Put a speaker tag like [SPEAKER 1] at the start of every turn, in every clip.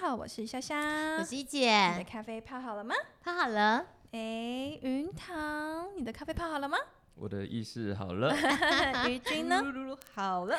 [SPEAKER 1] 好，我是香香。
[SPEAKER 2] 我是一姐，
[SPEAKER 1] 你的咖啡泡好了吗？
[SPEAKER 2] 泡好了，
[SPEAKER 1] 哎，云堂，你的咖啡泡好了吗？
[SPEAKER 3] 我的意识 好了，
[SPEAKER 2] 哎
[SPEAKER 1] 于君呢？好了。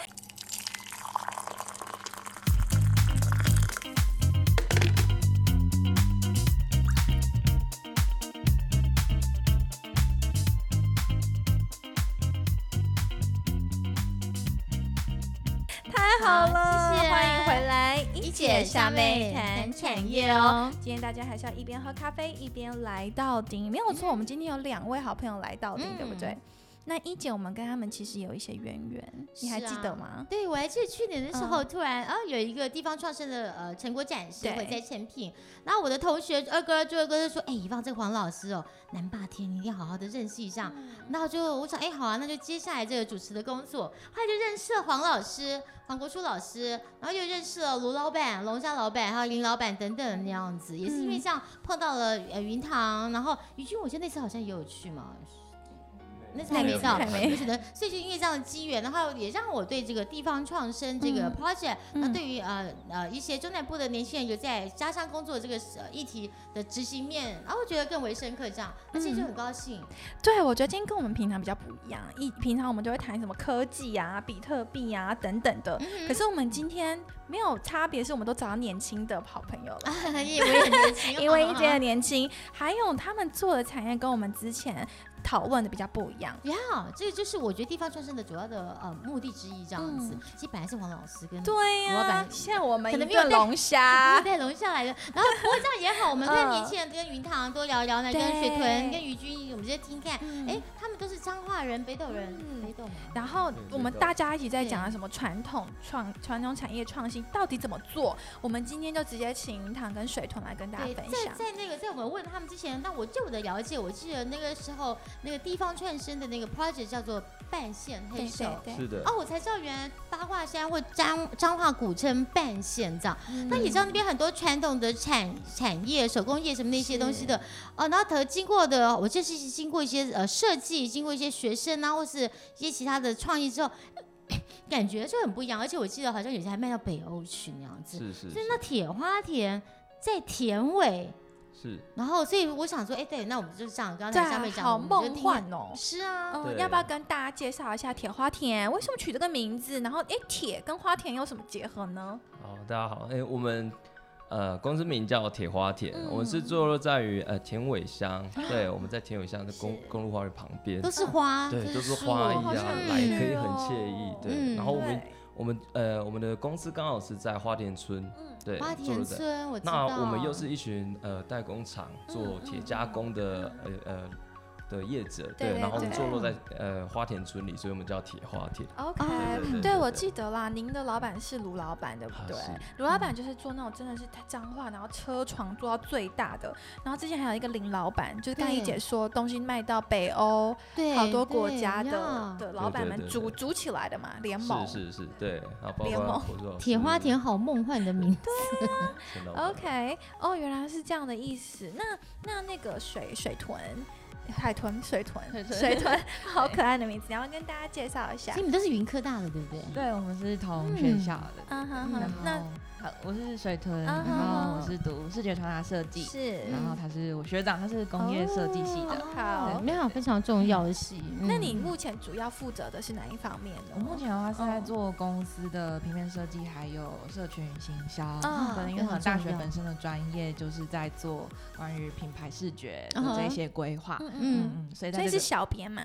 [SPEAKER 1] 太好
[SPEAKER 2] 好
[SPEAKER 1] 了，
[SPEAKER 2] 谢谢
[SPEAKER 1] 欢迎回来，
[SPEAKER 2] 一
[SPEAKER 1] 一
[SPEAKER 2] 姐夏妹谈
[SPEAKER 1] 谈
[SPEAKER 2] 产
[SPEAKER 1] 产
[SPEAKER 2] 业
[SPEAKER 1] 业
[SPEAKER 2] 哦
[SPEAKER 1] 哦。今天大家还是要一边喝咖啡一边来到顶，没有错，我们今天有两位好朋友来到顶，对不对
[SPEAKER 2] 嗯？
[SPEAKER 1] 那一姐，我们跟他们其实有一些渊源，你还
[SPEAKER 2] 是
[SPEAKER 1] 记
[SPEAKER 2] 啊
[SPEAKER 1] 得吗？嗯
[SPEAKER 2] 对，我还记得去年的时候，突然啊有一个地方创生的呃成果展示
[SPEAKER 1] 对
[SPEAKER 2] 会在成品，然后我的同学二哥、朱二哥就说：“哎，以放这个黄老师哦，南霸天你一定要好好的认识一下。
[SPEAKER 1] 嗯
[SPEAKER 2] 然后就我想，哎，好啊，那就接下来这个主持的工作，后来就认识了黄老师、黄国书老师，然后又认识了卢老板、龙家老板还有林老板等等那样子，也是因为
[SPEAKER 1] 嗯
[SPEAKER 2] 这样碰到了呃云堂，然后于军，我记得那次好像也有去嘛，那次还没到，
[SPEAKER 1] 还没
[SPEAKER 2] 有可能，所以就因为这样的机缘，然后也让我对这个地方创生这个
[SPEAKER 1] 嗯
[SPEAKER 2] project，那、
[SPEAKER 1] 嗯
[SPEAKER 2] 对于呃呃一些中南部的年轻人，有在加上工作这个呃议题的执行面，然后我觉得更为深刻，这样，而且就很高兴，
[SPEAKER 1] 对，我觉得今天跟我们平常比较不一样，一平常我们就会谈什么科技啊、比特币啊等等的，可是我们今天没有差别，是我们都找到年轻的好朋友了。
[SPEAKER 2] 因为嗯 我也很年 轻，
[SPEAKER 1] 因为一姐
[SPEAKER 2] 点
[SPEAKER 1] 的年轻，还有他们做的产业跟我们之前讨论的比较不一样。
[SPEAKER 2] 呀这个就是我觉得地方创生的主要的呃目的之一，这样子。
[SPEAKER 1] 嗯
[SPEAKER 2] 其实本来是黄老师跟
[SPEAKER 1] 对
[SPEAKER 2] 我
[SPEAKER 1] 呀、
[SPEAKER 2] 把
[SPEAKER 1] 现在我们
[SPEAKER 2] 可能
[SPEAKER 1] 一
[SPEAKER 2] 没有
[SPEAKER 1] 个
[SPEAKER 2] 带
[SPEAKER 1] 龙
[SPEAKER 2] 我
[SPEAKER 1] 虾
[SPEAKER 2] 是，带龙下来的。然后不过这样也好，我们跟
[SPEAKER 1] 嗯
[SPEAKER 2] 年轻人、跟云堂多聊聊呢，跟
[SPEAKER 1] 对
[SPEAKER 2] 雪屯、跟于君，我们这些听看，
[SPEAKER 1] 嗯
[SPEAKER 2] 哎，他们都是彰化人、北斗人，
[SPEAKER 1] 嗯
[SPEAKER 2] 北斗嘛。
[SPEAKER 1] 然后
[SPEAKER 3] 对
[SPEAKER 1] 我们
[SPEAKER 3] 这个
[SPEAKER 1] 大家一起在讲的什么传统创传统产业创新到底怎么做，我们今天就直接请云堂跟水豚来跟大家
[SPEAKER 2] 对，
[SPEAKER 1] 分
[SPEAKER 2] 在
[SPEAKER 1] 享。
[SPEAKER 2] 在那个在我们问他们之前，那我就我的了解，我记得那个时候那个地方创生的那个 project 叫做半线黑
[SPEAKER 1] 对
[SPEAKER 2] 手。
[SPEAKER 1] 对对，
[SPEAKER 3] 是的，
[SPEAKER 2] 哦，我才知道原来八卦山或彰彰化古称半线这样。那
[SPEAKER 1] 嗯
[SPEAKER 2] 你知道那边很多传统的产产业、手工业什么那些东西的哦，然后它经过的，我这是经过一些呃设计，经过一些学生啊，或是一些其他的创意之后， 感觉就很不一样。而且我记得好像有些还卖到北欧去那样子。
[SPEAKER 3] 是是
[SPEAKER 2] 所以那铁花田在田尾，
[SPEAKER 3] 是，
[SPEAKER 2] 然后所以我想说，哎，对，那我们就这样，刚
[SPEAKER 1] 对
[SPEAKER 2] 才下
[SPEAKER 1] 啊
[SPEAKER 2] 面，讲，
[SPEAKER 1] 好
[SPEAKER 2] 我们就
[SPEAKER 1] 梦
[SPEAKER 2] 听
[SPEAKER 1] 幻哦。
[SPEAKER 2] 是啊，
[SPEAKER 1] 嗯，
[SPEAKER 3] 对
[SPEAKER 1] 要不要跟大家介绍一下铁花田？为什么取这个名字？然后，哎，铁跟花田有什么结合呢？
[SPEAKER 3] 好，大家好，哎、我们呃公司名叫铁花田，我们是
[SPEAKER 1] 嗯
[SPEAKER 3] 坐落在于呃田尾乡，对，我们在田尾乡的公
[SPEAKER 1] 是
[SPEAKER 3] 公路花园旁边
[SPEAKER 2] 啊都。是花，
[SPEAKER 3] 对，都是
[SPEAKER 2] 树
[SPEAKER 3] 花
[SPEAKER 1] 好
[SPEAKER 3] 艺啊，
[SPEAKER 1] 想
[SPEAKER 3] 来
[SPEAKER 2] 去
[SPEAKER 3] 可以很
[SPEAKER 1] 哦
[SPEAKER 3] 惬意。
[SPEAKER 2] 嗯
[SPEAKER 3] 对，然后我们
[SPEAKER 1] 对
[SPEAKER 3] 我们呃我们的公司刚好是在花田村，
[SPEAKER 1] 嗯
[SPEAKER 3] 对，
[SPEAKER 2] 花
[SPEAKER 3] 坐落
[SPEAKER 2] 田
[SPEAKER 3] 在
[SPEAKER 2] 村，我知道。嗯
[SPEAKER 3] 那我们又是一群呃代工厂做铁加工的呃呃的业者，
[SPEAKER 1] 对
[SPEAKER 3] 对，然后我们
[SPEAKER 1] 对
[SPEAKER 3] 坐落在呃花田村里，所以我们叫铁花田。
[SPEAKER 1] OK，
[SPEAKER 3] 对对
[SPEAKER 1] 哦对，
[SPEAKER 3] 对
[SPEAKER 1] 我
[SPEAKER 3] 对
[SPEAKER 1] 记得啦，您的老板是卢老板，对不
[SPEAKER 3] 啊
[SPEAKER 1] 对
[SPEAKER 3] 是？
[SPEAKER 1] 卢老板就是做那种真的是他脏话，然后车床做到最大的。然后之前还有一个林老板，就是刚
[SPEAKER 2] 对
[SPEAKER 1] 一姐说东西卖到北欧
[SPEAKER 2] 对
[SPEAKER 1] 好多国
[SPEAKER 2] 对
[SPEAKER 1] 家的
[SPEAKER 2] 呀
[SPEAKER 1] 的老板们
[SPEAKER 3] 对对
[SPEAKER 1] 组
[SPEAKER 3] 对
[SPEAKER 1] 组起来的嘛，联盟
[SPEAKER 3] 是。是是，对，啊，包
[SPEAKER 1] 联盟
[SPEAKER 3] 括火柱老师
[SPEAKER 2] 铁花田好梦幻的名字，
[SPEAKER 3] 陈老板
[SPEAKER 1] OK，哦，原来是这样的意思。那那那个水水豚。海豚、水豚、水豚，好可爱的名字！你要不要跟大家介绍一下
[SPEAKER 2] 所以。你们都是云科大的，对不对？
[SPEAKER 4] 对，我们是同学校的。
[SPEAKER 1] 嗯哼
[SPEAKER 4] 然
[SPEAKER 1] 哼
[SPEAKER 4] 后，
[SPEAKER 1] 那
[SPEAKER 4] 好，我是水豚，
[SPEAKER 1] 啊
[SPEAKER 4] 然
[SPEAKER 1] 哈哈
[SPEAKER 4] 后我是读视觉传达设计，
[SPEAKER 1] 是
[SPEAKER 4] 然后他是我学长，他是工业设计系的。
[SPEAKER 1] 哦好
[SPEAKER 2] 对。没有非常重要的戏。
[SPEAKER 1] 那
[SPEAKER 2] 嗯
[SPEAKER 1] 你目前主要负责的是哪一方面呢？嗯
[SPEAKER 4] 我目前的话是在做公司的平面设计，还有社群行销。
[SPEAKER 1] 啊
[SPEAKER 4] 对，因
[SPEAKER 2] 非
[SPEAKER 4] 为
[SPEAKER 2] 常
[SPEAKER 4] 我们大
[SPEAKER 2] 重
[SPEAKER 4] 学
[SPEAKER 2] 要
[SPEAKER 4] 本身的专业就是在做关于品牌视觉的
[SPEAKER 2] 嗯哼
[SPEAKER 4] 这些规划。
[SPEAKER 1] 嗯嗯
[SPEAKER 2] 嗯
[SPEAKER 4] 嗯嗯，所以
[SPEAKER 1] 所
[SPEAKER 4] 在
[SPEAKER 1] 以是
[SPEAKER 4] 这个
[SPEAKER 1] 小编嘛，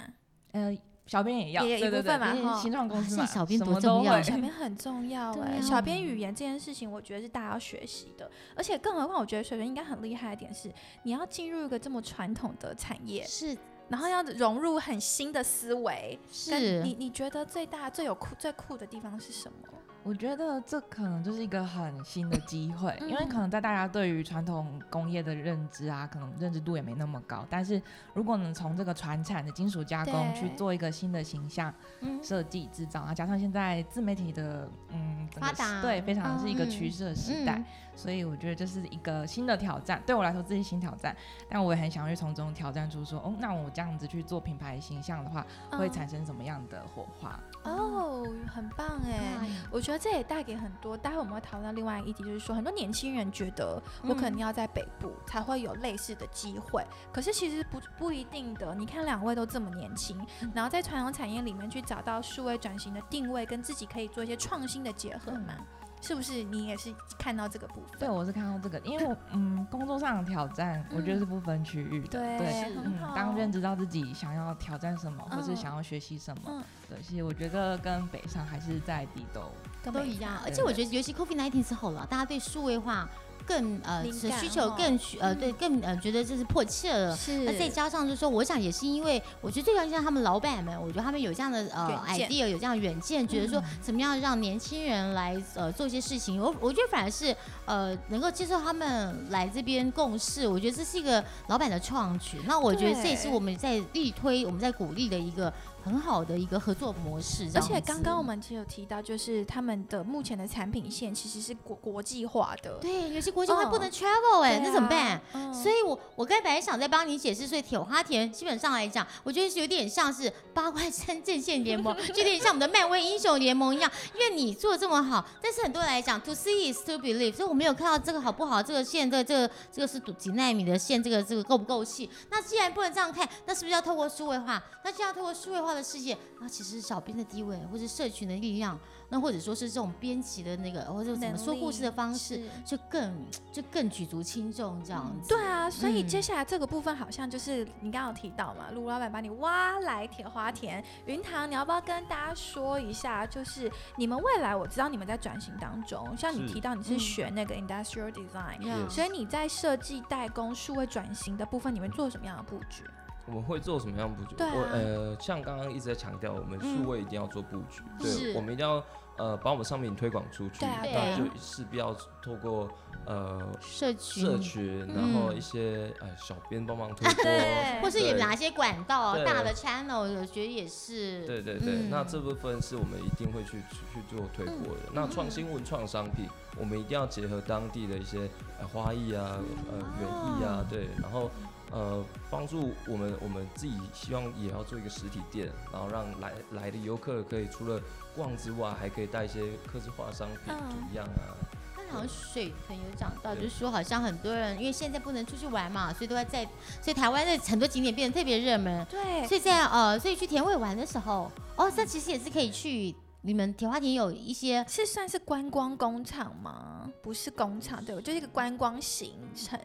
[SPEAKER 4] 呃，小编也要，
[SPEAKER 1] 也有
[SPEAKER 4] 对
[SPEAKER 1] 一
[SPEAKER 4] 对
[SPEAKER 1] 部分嘛
[SPEAKER 4] 对，因为
[SPEAKER 1] 哈
[SPEAKER 4] 形状公司嘛，
[SPEAKER 2] 哇现在小编
[SPEAKER 4] 什
[SPEAKER 2] 多
[SPEAKER 4] 么都
[SPEAKER 2] 重要
[SPEAKER 4] 会。
[SPEAKER 1] 小编很重要
[SPEAKER 2] 对
[SPEAKER 1] 哎、
[SPEAKER 2] 啊
[SPEAKER 1] 小编语言这件事情，我觉得是大家要学习的。而且更何况，我觉得水源应该很厉害的点是，你要进入一个这么传统的产业，
[SPEAKER 2] 是
[SPEAKER 1] 然后要融入很新的思维。跟你
[SPEAKER 2] 是
[SPEAKER 1] 你觉得最大最有酷最酷的地方是什么？
[SPEAKER 4] 我觉得这可能就是一个很新的机会，
[SPEAKER 1] 嗯
[SPEAKER 4] 因为可能在大家对于传统工业的认知啊，可能认知度也没那么高。但是如果能从这个传产的金属加工
[SPEAKER 1] 对
[SPEAKER 4] 去做一个新的形象
[SPEAKER 2] 嗯
[SPEAKER 4] 设计制造，然后加上现在自媒体的嗯整个
[SPEAKER 2] 发达
[SPEAKER 4] 对，非常是一个
[SPEAKER 2] 嗯
[SPEAKER 4] 趋势的时代，所以我觉得这是一个新的挑战，对我来说这是新挑战，但我也很想去从中挑战出说，哦，那我这样子去做品牌形象的话，
[SPEAKER 2] 嗯
[SPEAKER 4] 会产生什么样的火花？
[SPEAKER 1] 哦，很棒哎。
[SPEAKER 2] 哎
[SPEAKER 1] 我觉得这也带给很多，待会我们会讨论到另外一个议题，就是说很多年轻人觉得我可
[SPEAKER 2] 嗯
[SPEAKER 1] 能要在北部才会有类似的机会，可是其实不不一定的。你看两位都这么年轻，
[SPEAKER 2] 嗯
[SPEAKER 1] 然后在传统产业里面去找到数位转型的定位，跟自己可以做一些创新的结合嘛，
[SPEAKER 2] 嗯
[SPEAKER 1] 是不是？你也是看到这个部分？
[SPEAKER 4] 对，我是看到这个，因为我嗯，工作上的挑战，我觉得是不分区域的，
[SPEAKER 1] 嗯对，
[SPEAKER 4] 对
[SPEAKER 2] 是
[SPEAKER 1] 很
[SPEAKER 4] 嗯
[SPEAKER 1] 好。，
[SPEAKER 4] 当认知到自己想要挑战什么，或是
[SPEAKER 1] 嗯
[SPEAKER 4] 想要学习什么，
[SPEAKER 1] 嗯
[SPEAKER 4] 对，其实我觉得跟北上还是在地都
[SPEAKER 2] 都一样，而
[SPEAKER 4] 对
[SPEAKER 2] 且我觉得尤其 COVID 19之后了，大家对数位化更呃
[SPEAKER 1] 敏
[SPEAKER 2] 是
[SPEAKER 1] 感
[SPEAKER 2] 需求
[SPEAKER 1] 哦
[SPEAKER 2] 更需呃
[SPEAKER 1] 嗯
[SPEAKER 2] 对更呃觉得这是迫切了。
[SPEAKER 1] 是
[SPEAKER 2] 那再加上就是说，我想也是因为，我觉得最关键是他们老板们，我觉得他们有这样的呃
[SPEAKER 1] 远见嗯
[SPEAKER 2] idea，有这样的远见，觉得说怎么样让年轻人来呃做一些事情。我我觉得反而是呃能够接受他们来这边共事，我觉得这是一个老板的创举。那我觉得这也是
[SPEAKER 1] 对
[SPEAKER 2] 我们在力推、我们在鼓励的一个很好的一个合作模式。
[SPEAKER 1] 而
[SPEAKER 2] 这样
[SPEAKER 1] 且刚
[SPEAKER 2] 子
[SPEAKER 1] 刚我们其实有提到，就是他们的目前的产品线其实是国国际化的，
[SPEAKER 2] 对有些国家它不
[SPEAKER 1] 嗯
[SPEAKER 2] 能 travel 哎、
[SPEAKER 1] 对
[SPEAKER 2] 那怎
[SPEAKER 1] 啊
[SPEAKER 2] 么办？
[SPEAKER 1] 嗯
[SPEAKER 2] 所以我我刚才本来想再帮你解释，所以铁花田基本上来讲，我觉得是有点像是八卦山阵线联盟，就有点像我们的漫威英雄联盟一样。因为你做得这么好，但是很多人来讲，to see is to believe，所以我没有看到这个好不好，这个线，这个这个这个是几纳米的线，这个这个够不够细？那既然不能这样看，那是不是要透过数位化？那就要透过数位化的世界，那其实小编的地位，或是社群的力量，那或者说是这种编辑的那个，或者怎么说故事的方式，
[SPEAKER 1] 能力是
[SPEAKER 2] 就更就更举足轻重这样子。
[SPEAKER 1] 对啊，所以
[SPEAKER 2] 嗯
[SPEAKER 1] 接下来这个部分好像就是你刚刚有提到嘛，卢老板把你挖来铁花田云堂，你要不要跟大家说一下？就是你们未来，我知道你们在转型当中，像你
[SPEAKER 3] 是
[SPEAKER 1] 提到你是
[SPEAKER 2] 嗯
[SPEAKER 1] 学那个 industrial design，、
[SPEAKER 2] Yeah
[SPEAKER 1] 所以你在设计代工数位转型的部分，你们做什么样的布局？
[SPEAKER 3] 我们会做什么样的布局？
[SPEAKER 1] 对啊
[SPEAKER 3] 我呃，像刚刚一直在强调，我们数位一定要做布局，
[SPEAKER 2] 是
[SPEAKER 3] 对，我们一定要呃把我们商品推广出去，
[SPEAKER 1] 对啊
[SPEAKER 2] 对
[SPEAKER 3] 那就势必要透过呃
[SPEAKER 2] 社群，
[SPEAKER 3] 社群，然后一些呃小编帮忙推播，
[SPEAKER 2] 或是有
[SPEAKER 3] 对
[SPEAKER 2] 哪些管道
[SPEAKER 3] 对
[SPEAKER 2] 大的 channel，我觉得也是。
[SPEAKER 3] 对对对，
[SPEAKER 2] 嗯
[SPEAKER 3] 那这部分是我们一定会去去去做推广的。那创新文创商品，我们一定要结合当地的一些呃花艺啊、呃园艺啊，
[SPEAKER 2] 哦
[SPEAKER 3] 对，然后呃帮助我们我们自己希望也要做一个实体店，然后让来来的游客可以除了逛之外，还可以带一些客制化商品
[SPEAKER 1] 嗯
[SPEAKER 3] 一样啊，
[SPEAKER 2] 但好像水豚有讲到，就
[SPEAKER 3] 对
[SPEAKER 2] 是说好像很多人因为现在不能出去玩嘛，所以都在在，所以台湾的很多景点变得特别热门。
[SPEAKER 1] 对，
[SPEAKER 2] 所以在呃，所以去田尾玩的时候，哦，这其实也是可以去你们田花田有一些
[SPEAKER 1] 是算是观光工厂吗？不是工厂，
[SPEAKER 2] 嗯
[SPEAKER 1] 对，我就是一个观光行程。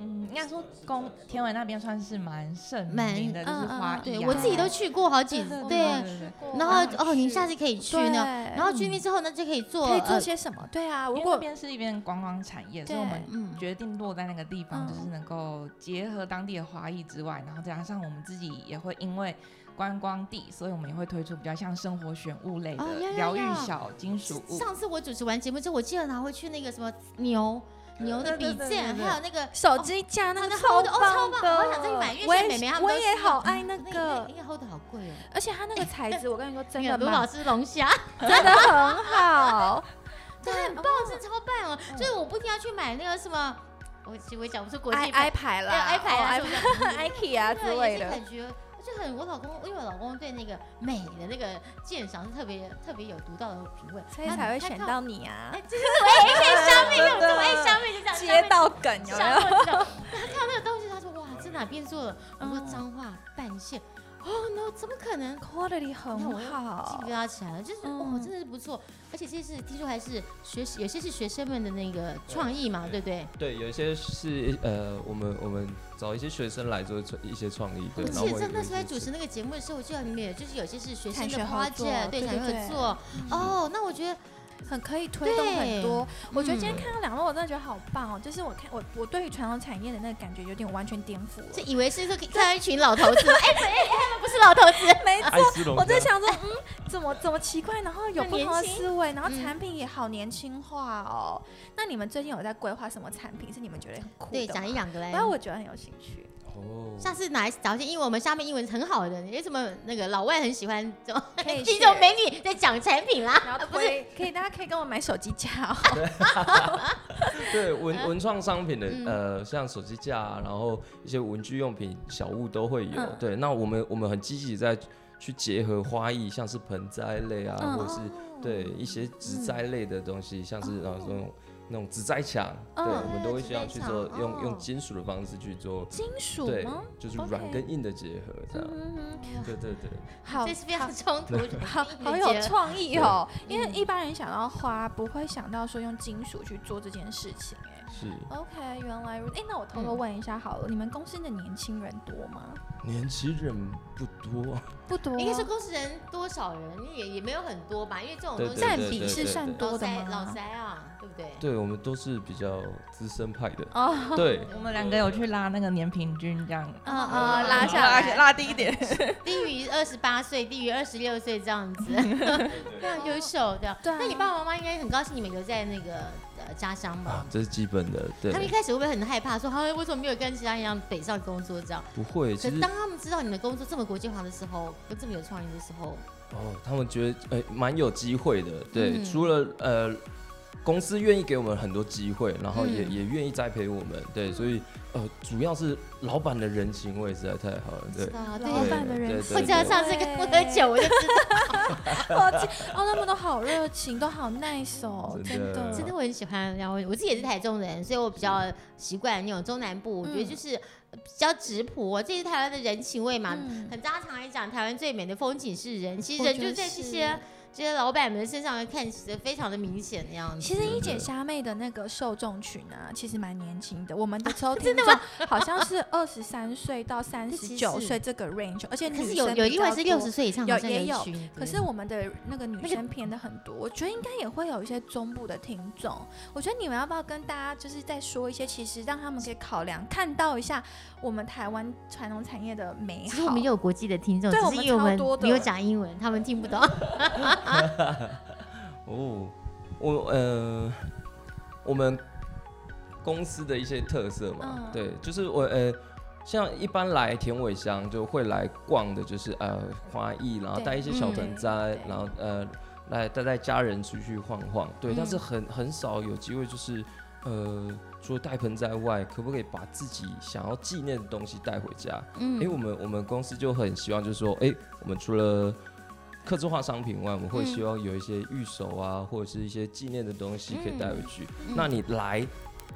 [SPEAKER 4] 嗯，应该说公天文那边算是蛮盛
[SPEAKER 2] 蛮
[SPEAKER 4] 名的，
[SPEAKER 1] 嗯
[SPEAKER 4] 就是
[SPEAKER 1] 嗯
[SPEAKER 4] 花
[SPEAKER 1] 嗯
[SPEAKER 4] 艺
[SPEAKER 2] 对
[SPEAKER 4] 啊
[SPEAKER 2] 我自己都去过 好几次，嗯对。
[SPEAKER 4] 对
[SPEAKER 2] 然后
[SPEAKER 4] 我
[SPEAKER 2] 哦，你下次可以去
[SPEAKER 1] 对嗯
[SPEAKER 2] 呢。然后去那边之后呢，就可以做
[SPEAKER 1] 可以做
[SPEAKER 2] 呃
[SPEAKER 1] 些什么？对啊，如
[SPEAKER 4] 因为那
[SPEAKER 1] 果
[SPEAKER 4] 边是一边观光产业，所
[SPEAKER 1] 对
[SPEAKER 4] 以我们
[SPEAKER 2] 嗯
[SPEAKER 4] 决定落在那个地
[SPEAKER 1] 嗯
[SPEAKER 4] 方，就是能够结合当地的花艺之外，然后再加上我们自己也会因为观光地，所以我们也会推出比较像生活选物类的
[SPEAKER 2] 哦呀呀
[SPEAKER 4] 疗愈
[SPEAKER 2] 呀
[SPEAKER 4] 小金属
[SPEAKER 1] 嗯
[SPEAKER 4] 物。
[SPEAKER 2] 上次我主持完节目之后，我记得他会去那个什么牛牛的
[SPEAKER 4] 对对
[SPEAKER 2] 笔
[SPEAKER 4] 对
[SPEAKER 2] 剑，
[SPEAKER 4] 对对
[SPEAKER 2] 还有那个
[SPEAKER 1] 手机架那
[SPEAKER 2] 好
[SPEAKER 1] 个
[SPEAKER 2] 的 hold 哦超
[SPEAKER 1] 棒
[SPEAKER 2] 棒
[SPEAKER 1] 的，
[SPEAKER 2] 我想再去买因为
[SPEAKER 1] 我
[SPEAKER 2] 现
[SPEAKER 1] 也
[SPEAKER 2] 在美眉她们
[SPEAKER 1] 我
[SPEAKER 2] 都
[SPEAKER 1] 也
[SPEAKER 2] 是嗯
[SPEAKER 1] 好爱那
[SPEAKER 2] 那
[SPEAKER 1] 个
[SPEAKER 2] 那，个 hold 好贵哦。
[SPEAKER 1] 而且它那个材质，我跟你 说真的
[SPEAKER 2] 卢老
[SPEAKER 1] 蛮
[SPEAKER 2] 师龙虾，
[SPEAKER 1] 真的很好，
[SPEAKER 2] 对，很
[SPEAKER 1] 哦
[SPEAKER 2] 棒，真的超棒哦！就是我不停要去买那个什么，我其 实我也讲不出国际
[SPEAKER 1] ，i
[SPEAKER 2] 牌
[SPEAKER 1] i 牌啦
[SPEAKER 2] 还有 iPad 啊
[SPEAKER 1] 哦
[SPEAKER 2] 什么的
[SPEAKER 1] i k e 啊之
[SPEAKER 2] 对，
[SPEAKER 1] 类
[SPEAKER 2] 也是
[SPEAKER 1] 的，
[SPEAKER 2] 感觉就很我老公，因为我老公对那个美的那个鉴赏是特别特别有独到的品味，
[SPEAKER 1] 所以才会选
[SPEAKER 2] 到。
[SPEAKER 1] 到你啊，
[SPEAKER 2] 哎 香妹哎有这么爱
[SPEAKER 4] 真的
[SPEAKER 2] 香妹，就这样
[SPEAKER 1] 接
[SPEAKER 2] 到。
[SPEAKER 1] 到梗有
[SPEAKER 2] 上
[SPEAKER 1] 没
[SPEAKER 2] 过
[SPEAKER 1] 有？
[SPEAKER 2] 知道，他看到那个东西，他说哇，这哪边做的？我说
[SPEAKER 1] 嗯
[SPEAKER 2] 脏话半线，哦 no，怎么可能？
[SPEAKER 1] Quality 很
[SPEAKER 2] 记
[SPEAKER 1] 好
[SPEAKER 2] 不，到起来了，就是
[SPEAKER 1] 嗯
[SPEAKER 2] 哦，真的是不错，而且这次听说还是学有些是学生们的那个创意嘛，对
[SPEAKER 3] 对
[SPEAKER 2] 不对？
[SPEAKER 3] 对，有一些是呃我们我们找一些学生来做一些创意，对，
[SPEAKER 2] 我
[SPEAKER 3] 然后
[SPEAKER 2] 记得在那
[SPEAKER 3] 我们有一
[SPEAKER 2] 时候在
[SPEAKER 3] 些
[SPEAKER 2] 主持那个节目的时候，我记得里面有就是有些是学生
[SPEAKER 1] 产
[SPEAKER 2] 的
[SPEAKER 1] 学合
[SPEAKER 2] project，
[SPEAKER 1] 作
[SPEAKER 2] 对，
[SPEAKER 1] 对
[SPEAKER 2] 产
[SPEAKER 1] 对
[SPEAKER 2] 学合
[SPEAKER 1] 对
[SPEAKER 2] 作。哦，那我觉得
[SPEAKER 1] 很可以推动很多。我觉得今天
[SPEAKER 2] 嗯
[SPEAKER 1] 看到两位，我真的觉得好棒哦！就是我看我我对于传统产业的那个感觉有点完全颠覆
[SPEAKER 2] 就
[SPEAKER 1] 了，
[SPEAKER 2] 以为是说看到一 群老头子，哎哎哎，他们不是老头子，
[SPEAKER 1] 没
[SPEAKER 3] 爱斯隆
[SPEAKER 1] 我在
[SPEAKER 3] 家
[SPEAKER 1] 想说，嗯，怎么怎么奇怪？然后有
[SPEAKER 2] 很
[SPEAKER 1] 不同的
[SPEAKER 2] 年轻
[SPEAKER 1] 思维，然后
[SPEAKER 2] 嗯
[SPEAKER 1] 产品也好年轻化哦。那你们最近有在规划什么产品是你们觉得很酷的？
[SPEAKER 2] 对，讲一，两个来。
[SPEAKER 1] 然后我觉得很有兴趣。
[SPEAKER 3] 哦，
[SPEAKER 2] 下次拿来找一些英文，我们下面英文很好的，为什么那个老外很喜欢这种
[SPEAKER 1] 可以
[SPEAKER 2] 这种
[SPEAKER 1] 学
[SPEAKER 2] 美女在讲产品啦？
[SPEAKER 1] 然后
[SPEAKER 2] 啊不是
[SPEAKER 1] 推，可以大家可以跟我买手机架哦。
[SPEAKER 3] 对文文创商品的
[SPEAKER 2] 嗯
[SPEAKER 3] 呃，像手机架啊，然后一些文具用品、小物都会有
[SPEAKER 1] 嗯。
[SPEAKER 3] 对，那我们我们很积极在去结合花艺，像是盆栽类啊，
[SPEAKER 1] 嗯
[SPEAKER 3] 或者是对一些植栽类的东西，像是
[SPEAKER 1] 哦
[SPEAKER 3] 呃那种那种植栽墙，对，
[SPEAKER 1] 嗯
[SPEAKER 3] 我们都会需要
[SPEAKER 2] 植
[SPEAKER 3] 去
[SPEAKER 2] 栽
[SPEAKER 3] 做
[SPEAKER 2] 墙
[SPEAKER 3] 用
[SPEAKER 2] 哦
[SPEAKER 3] 用金属的方式去做，
[SPEAKER 1] 金属
[SPEAKER 3] 对啊
[SPEAKER 1] 吗？，
[SPEAKER 3] 就是
[SPEAKER 1] OK
[SPEAKER 3] 软跟硬的结合这样。
[SPEAKER 1] 嗯哼，
[SPEAKER 3] 对对对。
[SPEAKER 1] 好，
[SPEAKER 2] 这是非常
[SPEAKER 1] 好
[SPEAKER 2] 冲突的，
[SPEAKER 1] 好好
[SPEAKER 2] 理
[SPEAKER 1] 有
[SPEAKER 2] 解
[SPEAKER 1] 创意
[SPEAKER 3] 对
[SPEAKER 1] 哦，因为
[SPEAKER 2] 嗯
[SPEAKER 1] 一般人想到花，不会想到说用金属去做这件事情。哎
[SPEAKER 3] 是
[SPEAKER 1] OK，原来如此。哎，那我偷偷
[SPEAKER 4] 嗯
[SPEAKER 1] 问一下好了，你们公司的年轻人多吗？
[SPEAKER 3] 年轻人不多啊，
[SPEAKER 1] 不多啊，
[SPEAKER 2] 应该是公司人多少人也也没有很多吧，因为这种
[SPEAKER 3] 对
[SPEAKER 2] 东西
[SPEAKER 3] 对
[SPEAKER 1] 占
[SPEAKER 3] 对
[SPEAKER 1] 比是算
[SPEAKER 2] 老
[SPEAKER 1] 多的
[SPEAKER 2] 塞
[SPEAKER 1] 吗？
[SPEAKER 2] 老塞啊，对不对？
[SPEAKER 3] 对我们都是比较资深派的，
[SPEAKER 1] 哦，
[SPEAKER 3] 对，
[SPEAKER 4] 我们两个有去拉那个年平均这样，
[SPEAKER 1] 嗯嗯，拉下
[SPEAKER 4] 拉
[SPEAKER 1] 来，
[SPEAKER 4] 拉低一点。
[SPEAKER 2] 低于二十八岁，低于二十六岁这样子，非常优秀的。
[SPEAKER 1] 啊对啊
[SPEAKER 2] 那你爸爸妈妈应该很高兴你们留在那个呃家乡吧
[SPEAKER 3] 啊？，这是基本的，对
[SPEAKER 2] 他，们一开始会不会很害怕，说哎为什么没有跟其他人一样北上工作这样？
[SPEAKER 3] 不会，
[SPEAKER 2] 可
[SPEAKER 3] 其
[SPEAKER 2] 是
[SPEAKER 3] 实
[SPEAKER 2] 当他们知道你的工作这么国际化的时候，又这么有创意的时候，
[SPEAKER 3] 哦，他们觉得呃蛮有机会的，对，
[SPEAKER 2] 嗯
[SPEAKER 3] 除了呃公司愿意给我们很多机会，然后也、
[SPEAKER 2] 嗯
[SPEAKER 3] 也愿意栽培我们，对，所以呃主要是老板的人情味实在太好了，对
[SPEAKER 2] 知，道
[SPEAKER 1] 老
[SPEAKER 2] 对。
[SPEAKER 1] 板的人
[SPEAKER 3] 对
[SPEAKER 2] 我
[SPEAKER 1] 情
[SPEAKER 3] 对
[SPEAKER 2] 只要上次跟我喝酒，我就知道，
[SPEAKER 1] 我记哦，他们都好热情，都好 nice 哦，真
[SPEAKER 3] 真的
[SPEAKER 1] 的，
[SPEAKER 2] 真的我很喜欢。然后我自己也是台中人，所以我比较习惯那种中南部，我觉得
[SPEAKER 1] 嗯
[SPEAKER 2] 就是比较质朴、这是台湾的人情味嘛。
[SPEAKER 1] 嗯
[SPEAKER 2] 很大家常来讲，台湾最美的风景是人，其实
[SPEAKER 1] 我
[SPEAKER 2] 人
[SPEAKER 1] 觉
[SPEAKER 2] 就
[SPEAKER 1] 得
[SPEAKER 2] 在这
[SPEAKER 1] 是
[SPEAKER 2] 些这些老板们身上看起来非常的明显的样子。
[SPEAKER 1] 其实一姐虾妹的那个受众群啊，其实蛮年轻的。我们的 收听众好像是二十三岁到三十九岁这个 range，而且
[SPEAKER 2] 可是
[SPEAKER 1] 女
[SPEAKER 2] 有
[SPEAKER 1] 生
[SPEAKER 2] 有
[SPEAKER 1] 比
[SPEAKER 2] 另外
[SPEAKER 1] 较
[SPEAKER 2] 是
[SPEAKER 1] 多
[SPEAKER 2] 六十。岁以上
[SPEAKER 1] 有
[SPEAKER 2] 好像
[SPEAKER 1] 也
[SPEAKER 2] 一
[SPEAKER 1] 有
[SPEAKER 2] 群对
[SPEAKER 1] 可是我们的那个女
[SPEAKER 2] 那个
[SPEAKER 1] 生偏的很多，我觉得应该也会有一些中部的听众。我觉得你们要不要跟大家就是再说一些，其实让他们可以考量看到一下我们台湾传统产业的美
[SPEAKER 2] 其实我
[SPEAKER 1] 好
[SPEAKER 2] 们。也有国际的听众，
[SPEAKER 1] 对
[SPEAKER 2] 只
[SPEAKER 1] 我
[SPEAKER 2] 是
[SPEAKER 1] 们
[SPEAKER 2] 因为我
[SPEAKER 1] 超多
[SPEAKER 2] 们
[SPEAKER 1] 的
[SPEAKER 2] 没有讲英文，他们听 不懂。
[SPEAKER 3] 哦，我呃，我们公司的一些特色嘛，
[SPEAKER 1] 嗯
[SPEAKER 3] 对，就是我呃，像一般来田尾乡就会来逛的，就是呃花艺，然后
[SPEAKER 1] 对
[SPEAKER 3] 带一些小
[SPEAKER 2] 嗯
[SPEAKER 3] 盆栽，
[SPEAKER 1] 对
[SPEAKER 3] 然后呃来带带家人出去晃晃，对，但是
[SPEAKER 2] 嗯
[SPEAKER 3] 很很少有机会就是。呃，除了带盆栽外，可不可以把自己想要纪念的东西带回家？
[SPEAKER 2] 嗯
[SPEAKER 3] 因为我们我们公司就很希望，就是说，哎、我们除了客制化商品外，我们会
[SPEAKER 2] 嗯
[SPEAKER 3] 希望有一些预售啊，或者是一些纪念的东西可以带回去。
[SPEAKER 2] 嗯
[SPEAKER 3] 那你来，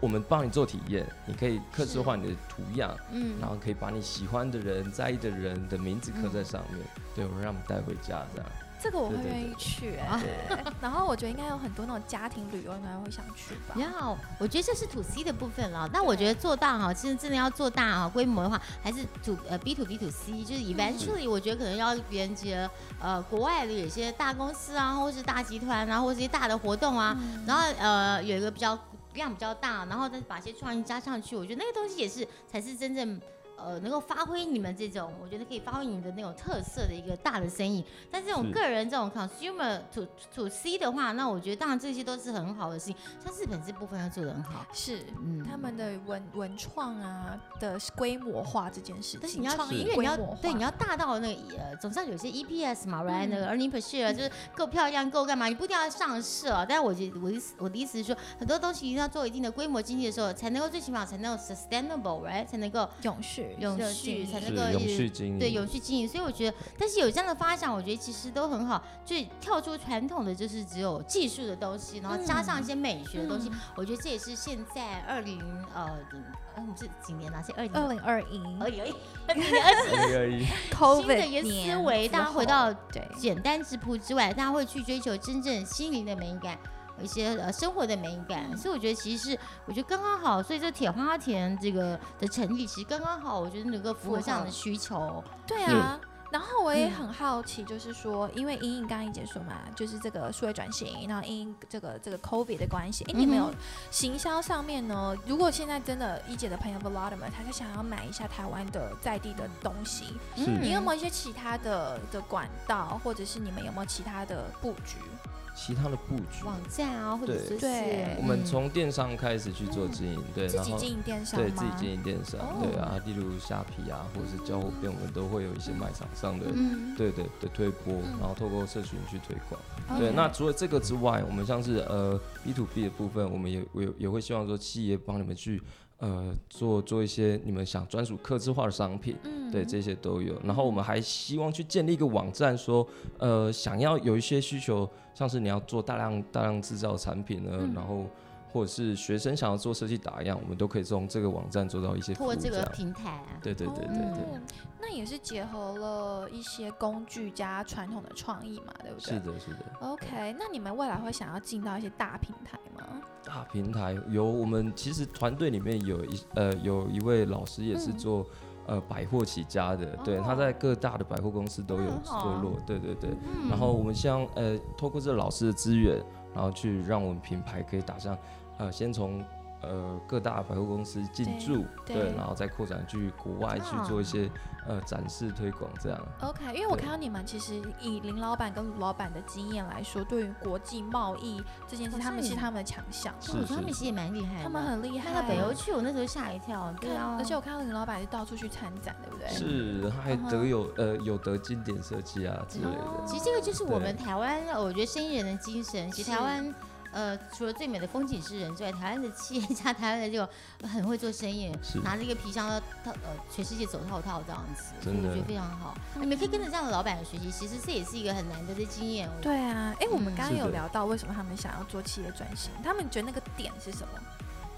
[SPEAKER 3] 我们帮你做体验，你可以客制化你的图样，
[SPEAKER 2] 嗯
[SPEAKER 3] 然后可以把你喜欢的人、在意的人的名字刻
[SPEAKER 2] 嗯
[SPEAKER 3] 在上面。对，我们让我们带回家这样。
[SPEAKER 1] 这个我会
[SPEAKER 3] 对对
[SPEAKER 1] 愿
[SPEAKER 3] 对
[SPEAKER 1] 意去、哎
[SPEAKER 2] 啊
[SPEAKER 1] 对 然后我觉得应该有很多那种家庭旅游，应该会想去吧。
[SPEAKER 2] 然后我觉得这是 to C 的部分了。那我觉得做大哈，其实真的要做大啊，规模的话还是 to 呃 B to B to C，就是 eventually 我觉得可能要连接呃国外的有些大公司啊，或是大集团啊，或是一些大的活动啊，
[SPEAKER 1] 嗯
[SPEAKER 2] 然后呃有一个比较量比较大，然后再把一些创意加上去，我觉得那个东西也是才是真正。呃，能够发挥你们这种，我觉得可以发挥你们的那种特色的一个大的生意。但这种
[SPEAKER 3] 是
[SPEAKER 2] 个人这种 consumer to to C 的话，那我觉得当然这些都是很好的事情。像日本这部分要做得很好，
[SPEAKER 1] 是
[SPEAKER 2] 嗯，
[SPEAKER 1] 他们的文文创啊的规模化这件事
[SPEAKER 2] 但是
[SPEAKER 1] 情，
[SPEAKER 2] 你要，
[SPEAKER 1] 创
[SPEAKER 2] 因
[SPEAKER 1] 意
[SPEAKER 2] 为你
[SPEAKER 1] 规
[SPEAKER 2] 要
[SPEAKER 1] 模化，
[SPEAKER 2] 对你要大到那个呃，总算有些 EPS 嘛，right？、
[SPEAKER 1] 嗯
[SPEAKER 2] 那个 earning per share 就是够漂亮，够干嘛？你不一定要上市哦。但是我觉得我的意思我的意思是说，很多东西一定要做一定的规模经济的时候，才能够最起码才能够 sustainable，right？才能够
[SPEAKER 1] 永续、
[SPEAKER 2] 永
[SPEAKER 1] 热
[SPEAKER 2] 续
[SPEAKER 1] 情
[SPEAKER 2] 才那能
[SPEAKER 3] 是
[SPEAKER 2] 个
[SPEAKER 3] 永
[SPEAKER 2] 也
[SPEAKER 3] 续经营，
[SPEAKER 2] 对永续经营。所以我觉得，但是有这样的发想，我觉得其实都很好，就是跳出传统的，就是只有技术的东西，然后加上一些美学的东西。
[SPEAKER 1] 嗯
[SPEAKER 2] 我觉得这也是现在二零呃，嗯呃我们是几年啊？是二零
[SPEAKER 1] 二
[SPEAKER 2] 二
[SPEAKER 1] 零二
[SPEAKER 2] 二
[SPEAKER 1] 一
[SPEAKER 2] 零二零二
[SPEAKER 3] 二零二一
[SPEAKER 1] COVID
[SPEAKER 2] 呃新的一些
[SPEAKER 1] 年
[SPEAKER 2] 思维，
[SPEAKER 1] 之
[SPEAKER 2] 大家回
[SPEAKER 1] 后
[SPEAKER 2] 到
[SPEAKER 1] 对
[SPEAKER 2] 简单质朴之外，大家会去追求真正心灵的美感。有一些呃生活的美感，
[SPEAKER 3] 嗯
[SPEAKER 2] 所以我觉得其实是我觉得刚刚好，所以这铁花田这个的成立，其实刚刚好，我觉得能够符合这样的需求。
[SPEAKER 1] 对啊。然后我也
[SPEAKER 2] 嗯
[SPEAKER 1] 很好奇，就是说，因为莹莹刚刚一姐说嘛，就是这个数位转型，然后因应这个这个 COVID 的关系，哎，你们
[SPEAKER 2] 嗯哼
[SPEAKER 1] 有行销上面呢？如果现在真的一姐的朋友 Vladimir，他是想要买一下台湾的在地的东西，
[SPEAKER 3] 是
[SPEAKER 2] 嗯
[SPEAKER 3] 嗯
[SPEAKER 1] 你有没有一些其他的的管道，或者是你们有没有其他的布局？
[SPEAKER 3] 其他的布局。
[SPEAKER 2] 网站啊，或者
[SPEAKER 3] 对
[SPEAKER 2] 是
[SPEAKER 1] 对
[SPEAKER 3] 我
[SPEAKER 2] 嗯
[SPEAKER 3] 们从电商开始去做经营，对，
[SPEAKER 1] 自
[SPEAKER 3] 然
[SPEAKER 1] 己
[SPEAKER 3] 后
[SPEAKER 1] 经营电商吗？
[SPEAKER 3] 对自己经营电商，
[SPEAKER 1] 哦
[SPEAKER 3] 对啊，例如虾皮啊，或者是交互店，我们都会有一些卖场上的。
[SPEAKER 2] 嗯
[SPEAKER 3] 对对的推播
[SPEAKER 1] 嗯，
[SPEAKER 3] 然后透过社群去推广。
[SPEAKER 1] OK
[SPEAKER 3] 对，那除了这个之外，我们像是呃 B to B 的部分，我们也也也会希望说企业帮你们去呃做做一些你们想专属客制化的商品，
[SPEAKER 1] 嗯
[SPEAKER 3] 对，这些都有。然后我们还希望去建立一个网站说，呃，想要有一些需求，像是你要做大量大量制造产品呢，
[SPEAKER 1] 嗯
[SPEAKER 3] 然后或者是学生想要做设计打样，我们都可以从这个网站做到一些
[SPEAKER 2] 透
[SPEAKER 3] 服务
[SPEAKER 2] 过这个
[SPEAKER 3] 样
[SPEAKER 2] 平台啊，
[SPEAKER 3] 对对对对对，
[SPEAKER 1] 哦那也是结合了一些工具加传统的创意嘛，对不对？
[SPEAKER 3] 是的，是的。
[SPEAKER 1] OK，那你们未来会想要进到一些大平台吗？
[SPEAKER 3] 大平台有我们其实团队里面有一呃有一位老师也是
[SPEAKER 1] 嗯
[SPEAKER 3] 做、呃百货起家的，对，他
[SPEAKER 2] 哦
[SPEAKER 3] 在各大的百货公司都有
[SPEAKER 2] 那很好
[SPEAKER 3] 坐
[SPEAKER 2] 啊
[SPEAKER 3] 落，对对对。
[SPEAKER 2] 嗯
[SPEAKER 3] 然后我们希望呃透过这老师的资源，然后去让我们品牌可以打上呃先从呃各大百货公司进
[SPEAKER 1] 对
[SPEAKER 3] 驻，
[SPEAKER 1] 对
[SPEAKER 3] 然后再扩展去国外去
[SPEAKER 2] 啊
[SPEAKER 3] 做一些呃展示推广这样。
[SPEAKER 1] OK，因为我
[SPEAKER 3] 对
[SPEAKER 1] 看到你们其实以林老板跟卢老板的经验来说，对于国际贸易这件事，
[SPEAKER 2] 好
[SPEAKER 1] 他
[SPEAKER 2] 像
[SPEAKER 1] 们是
[SPEAKER 2] 也
[SPEAKER 1] 他们的强项，
[SPEAKER 2] 哦我觉得他们
[SPEAKER 3] 是
[SPEAKER 2] 其实也蛮厉害的，
[SPEAKER 1] 他们很厉害。
[SPEAKER 2] 那个北欧去，我那时候吓一跳，对
[SPEAKER 1] 看，
[SPEAKER 2] 啊，
[SPEAKER 1] 而且我看到林老板是到处去参展，对不对？
[SPEAKER 3] 是，他还
[SPEAKER 1] 嗯
[SPEAKER 3] 得
[SPEAKER 1] 哼哦
[SPEAKER 3] 有、呃有得经典设计啊之类的。
[SPEAKER 2] 其实这个就是我们
[SPEAKER 3] 对
[SPEAKER 2] 台湾，呃我觉得生意人的精神。其实
[SPEAKER 1] 是
[SPEAKER 2] 台湾，呃，除了最美的风景是人之外，台湾的企业 家、台湾的这种很会做生意
[SPEAKER 3] 是，
[SPEAKER 2] 拿着一个皮箱到呃全世界走套套这样子，
[SPEAKER 3] 真的
[SPEAKER 2] 我觉得非常好。
[SPEAKER 1] 嗯
[SPEAKER 2] 你们可以跟着这样的老板学习，其实这也是一个很难得的经验。我
[SPEAKER 1] 对啊，哎，我们
[SPEAKER 2] 嗯
[SPEAKER 1] 刚刚
[SPEAKER 3] 是
[SPEAKER 1] 有
[SPEAKER 3] 的
[SPEAKER 1] 聊到为什么他们想要做企业转型，他们觉得那个点是什么？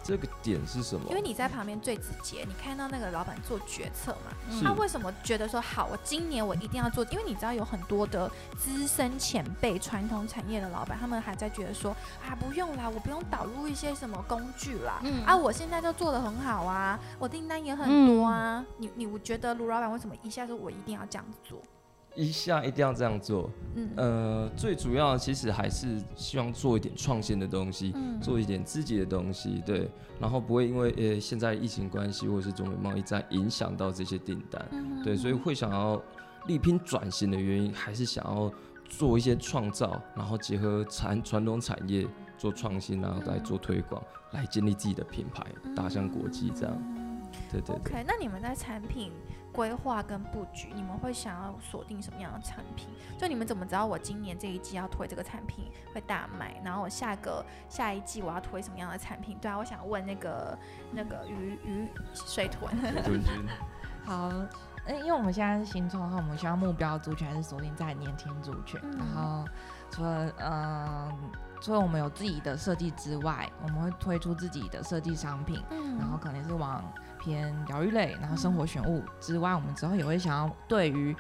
[SPEAKER 3] 这个点是什么？
[SPEAKER 1] 因为你在旁边最直接，你看到那个老板做决策嘛，
[SPEAKER 2] 嗯
[SPEAKER 3] 是
[SPEAKER 1] 他为什么觉得说好，我今年我一定要做？因为你知道有很多的资深前辈、传统产业的老板，他们还在觉得说啊，不用啦，我不用导入一些什么工具啦，
[SPEAKER 2] 嗯
[SPEAKER 1] 啊，我现在就做的很好啊，我订单也很多
[SPEAKER 3] 嗯
[SPEAKER 1] 啊。你你我觉得卢老板为什么一下说我一定要这样子做？
[SPEAKER 3] 一下一定要这样做。
[SPEAKER 1] 嗯
[SPEAKER 3] 呃，最主要其实还是希望做一点创新的东西，
[SPEAKER 1] 嗯
[SPEAKER 3] 做一点自己的东西，对。然后不会因为呃现在疫情关系或者是中美贸易战影响到这些订单，
[SPEAKER 1] 嗯
[SPEAKER 3] 对，所以会想要力拼转型的原因，还是想要做一些创造，然后结合传传统产业做创新，然后来做推广，来建立自己的品牌，打向国际这样。对对对。
[SPEAKER 1] OK，那你们在产品规划跟布局，你们会想要锁定什么样的产品？就你们怎么知道我今年这一季要推这个产品会大卖，然后我下个下一季我要推什么样的产品？对啊，我想问那个那个鱼鱼水豚，
[SPEAKER 3] 对对对
[SPEAKER 4] 好，嗯，因为我们现在是新创的话，我们需要目标族群还是锁定在年轻族群。
[SPEAKER 1] 嗯
[SPEAKER 4] 然后除了嗯、除了我们有自己的设计之外，我们会推出自己的设计商品，
[SPEAKER 1] 嗯
[SPEAKER 4] 然后可能是往偏疗愈类，然后生活选物之外，我们之后也会想要对于。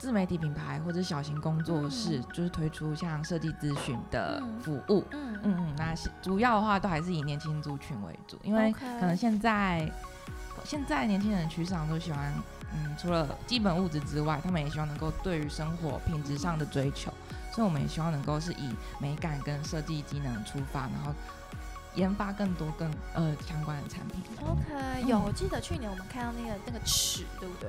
[SPEAKER 4] 自媒体品牌或者小型工作室，
[SPEAKER 1] 嗯
[SPEAKER 4] 就是推出像设计咨询的
[SPEAKER 1] 嗯
[SPEAKER 4] 服务，
[SPEAKER 1] 嗯
[SPEAKER 4] 嗯嗯，那是主要的话都还是以年轻族群为主，因为
[SPEAKER 1] OK
[SPEAKER 4] 可能现在现在年轻人的趋势上都喜欢，嗯，除了基本物质之外，他们也希望能够对于生活品质上的追求，所以我们也希望能够是以美感跟设计机能出发，然后研发更多更呃相关的产品。
[SPEAKER 1] OK，有，我记得去年我们看到那个那个尺，对不对？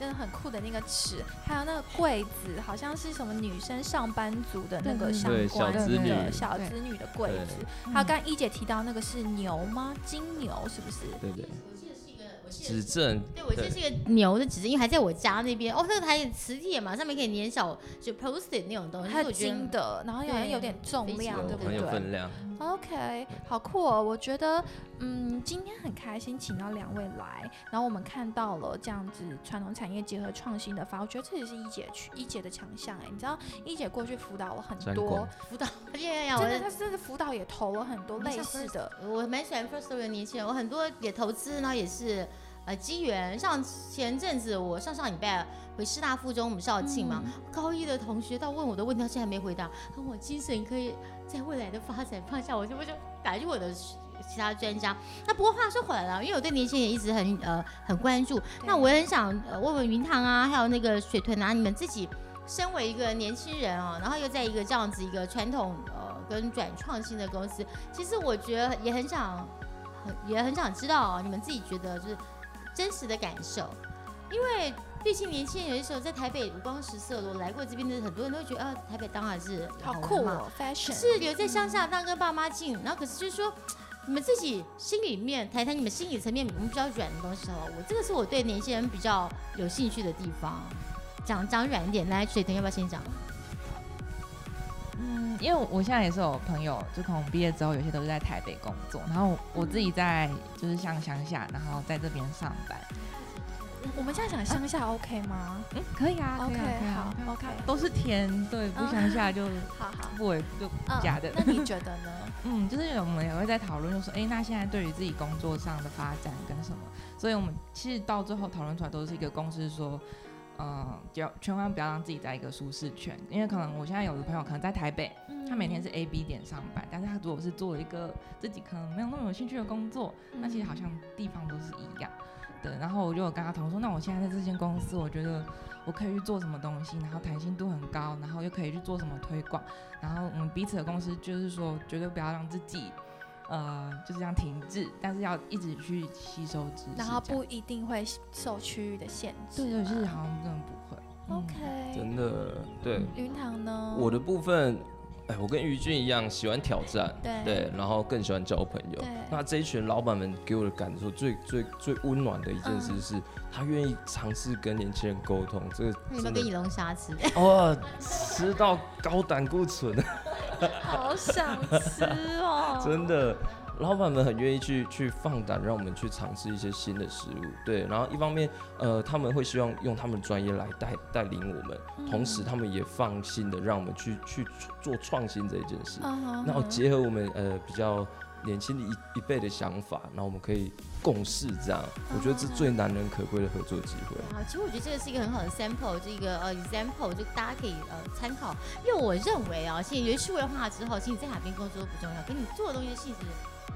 [SPEAKER 1] 那个很酷的那个尺，还有那个柜子，好像是什么女生上班族的那个
[SPEAKER 4] 对
[SPEAKER 1] 相
[SPEAKER 3] 对
[SPEAKER 1] 关
[SPEAKER 3] 小
[SPEAKER 1] 的
[SPEAKER 3] 子女
[SPEAKER 1] 小
[SPEAKER 4] 对
[SPEAKER 1] 子女的柜
[SPEAKER 3] 对
[SPEAKER 1] 子。
[SPEAKER 2] 嗯
[SPEAKER 1] 还有刚刚一姐提到那个是牛吗？金牛是不是？
[SPEAKER 3] 对对，
[SPEAKER 2] 记得是一个，我记得
[SPEAKER 3] 指正
[SPEAKER 2] 对，我记得是一个牛的指针，因为还在我家那边。哦，那个还有磁铁嘛，上面可以粘小就 post-it 那种东西，
[SPEAKER 1] 还有
[SPEAKER 2] 我觉得
[SPEAKER 1] 金的，然后好像
[SPEAKER 2] 对
[SPEAKER 1] 有点重
[SPEAKER 2] 非
[SPEAKER 1] 量，
[SPEAKER 2] 常
[SPEAKER 1] 对不
[SPEAKER 3] 很有
[SPEAKER 1] 对
[SPEAKER 3] 分量。
[SPEAKER 1] ？OK，好酷哦！我觉得，嗯，今天很开心请到两位来，然后我们看到了这样子传统产业结合创新的发，我觉得这也是一姐去一姐的强项哎。你知道一姐过去辅导了很
[SPEAKER 3] 沾
[SPEAKER 1] 多
[SPEAKER 3] 光，
[SPEAKER 2] 辅导，呀呀，我
[SPEAKER 1] 真的，她真的辅导也投了很多类似的，
[SPEAKER 2] 我蛮喜欢 First Story 的年轻人，我很多也投资，然后也是呃机缘。像前阵子我上上礼拜回师大附中，我们
[SPEAKER 1] 嗯
[SPEAKER 2] 校庆嘛，高一的同学到问我的问题，到现在还没回答，问我精神科在未来的发展方向，我就我就打击我的。其他专家，那不过话说回来了，因为我对年轻人一直很呃很关注，那我也很想呃问问云堂啊，还有那个水豚啊，你们自己身为一个年轻人啊、然后又在一个这样子一个传统呃跟转创新的公司，其实我觉得也很想，呃啊很也很想知道、哦、你们自己觉得就是真实的感受，因为毕竟年轻人有的时候在台北五光十色，我来过这边的很多人都觉得，啊，台北当然是
[SPEAKER 1] 好
[SPEAKER 2] 玩
[SPEAKER 1] 酷
[SPEAKER 2] 嘛。
[SPEAKER 1] 哦，fashion
[SPEAKER 2] 是留在乡下当跟爸妈近，然后可是就是说，你们自己心里面谈谈你们心理层面你们比较软的东西好了。我这个是我对年轻人比较有兴趣的地方。讲讲软一点，来，水豚要不要先讲？
[SPEAKER 4] 嗯，因为我现在也是有朋友，就可能毕业之后有些都是在台北工作，然后我自己在就是像乡下，然后在这边上班。
[SPEAKER 1] 我们现在讲乡下 OK 吗
[SPEAKER 4] 嗯，可以啊
[SPEAKER 1] OK，
[SPEAKER 4] 可以啊可以啊
[SPEAKER 1] 好，OK
[SPEAKER 4] 都是甜，对，不
[SPEAKER 1] 嗯
[SPEAKER 4] 乡下就
[SPEAKER 1] 好好，
[SPEAKER 4] 不为就
[SPEAKER 1] 嗯
[SPEAKER 4] 假的。
[SPEAKER 1] 那你觉得呢？
[SPEAKER 4] 嗯， 就是我们也会在讨论，就说，哎、那现在对于自己工作上的发展跟什么，所以我们其实到最后讨论出来都是一个共识，说，呃，就千万不要让自己在一个舒适圈，因为可能我现在有的朋友可能在台北，嗯他每天
[SPEAKER 1] 嗯
[SPEAKER 4] 是 A B 点上班，但是他如果是做了一个自己可能没有那么有兴趣的工作，那其实
[SPEAKER 1] 嗯
[SPEAKER 4] 好像地方都是一样的。然后我就有跟他讨论说，那我现在在这间公司，我觉得我可以去做什么东西，然后弹性度很高，然后又可以去做什么推广，然后我们彼此的共识就是说，绝对不要让自己。呃，就是这样停滞，但是要一直去吸收知识这样，
[SPEAKER 1] 然后不一定会受区域的限制
[SPEAKER 4] 对
[SPEAKER 1] 吗。
[SPEAKER 4] 对，就是好像真的不会。嗯
[SPEAKER 1] OK。
[SPEAKER 3] 真的对。
[SPEAKER 1] 云堂呢？
[SPEAKER 3] 我的部分，哎，我跟于俊一样喜欢挑战，
[SPEAKER 1] 对
[SPEAKER 3] 对，然后更喜欢交朋友
[SPEAKER 1] 对。
[SPEAKER 3] 那这一群老板们给我的感受最最最温暖的一件
[SPEAKER 1] 嗯
[SPEAKER 3] 事是，他愿意尝试跟年轻人沟通，这个
[SPEAKER 2] 你有没有
[SPEAKER 3] 真
[SPEAKER 2] 跟
[SPEAKER 3] 的
[SPEAKER 2] 你龙虾吃？
[SPEAKER 3] 哦，吃到高胆固醇，啊
[SPEAKER 1] 好想吃哦
[SPEAKER 3] 真的。老板们很愿意去去放胆，让我们去尝试一些新的事物，对。然后一方面，呃，他们会希望用他们的专业来带带领我们，同
[SPEAKER 1] 嗯
[SPEAKER 3] 时他们也放心的让我们去去做创新这一件事。
[SPEAKER 1] 嗯哼
[SPEAKER 3] 然后
[SPEAKER 1] 哼
[SPEAKER 3] 结合我们呃比较年轻的一一辈的想法，然后我们可以共事这样，我觉得这是最难能可贵的合作机会。
[SPEAKER 2] 啊，其实我觉得这个是一个很好的 sample，这个呃 example，就大家可以呃参考。因为我认为啊，现在人数位化之后，其实你在哪边工作都不重要，跟你做的东西的性质。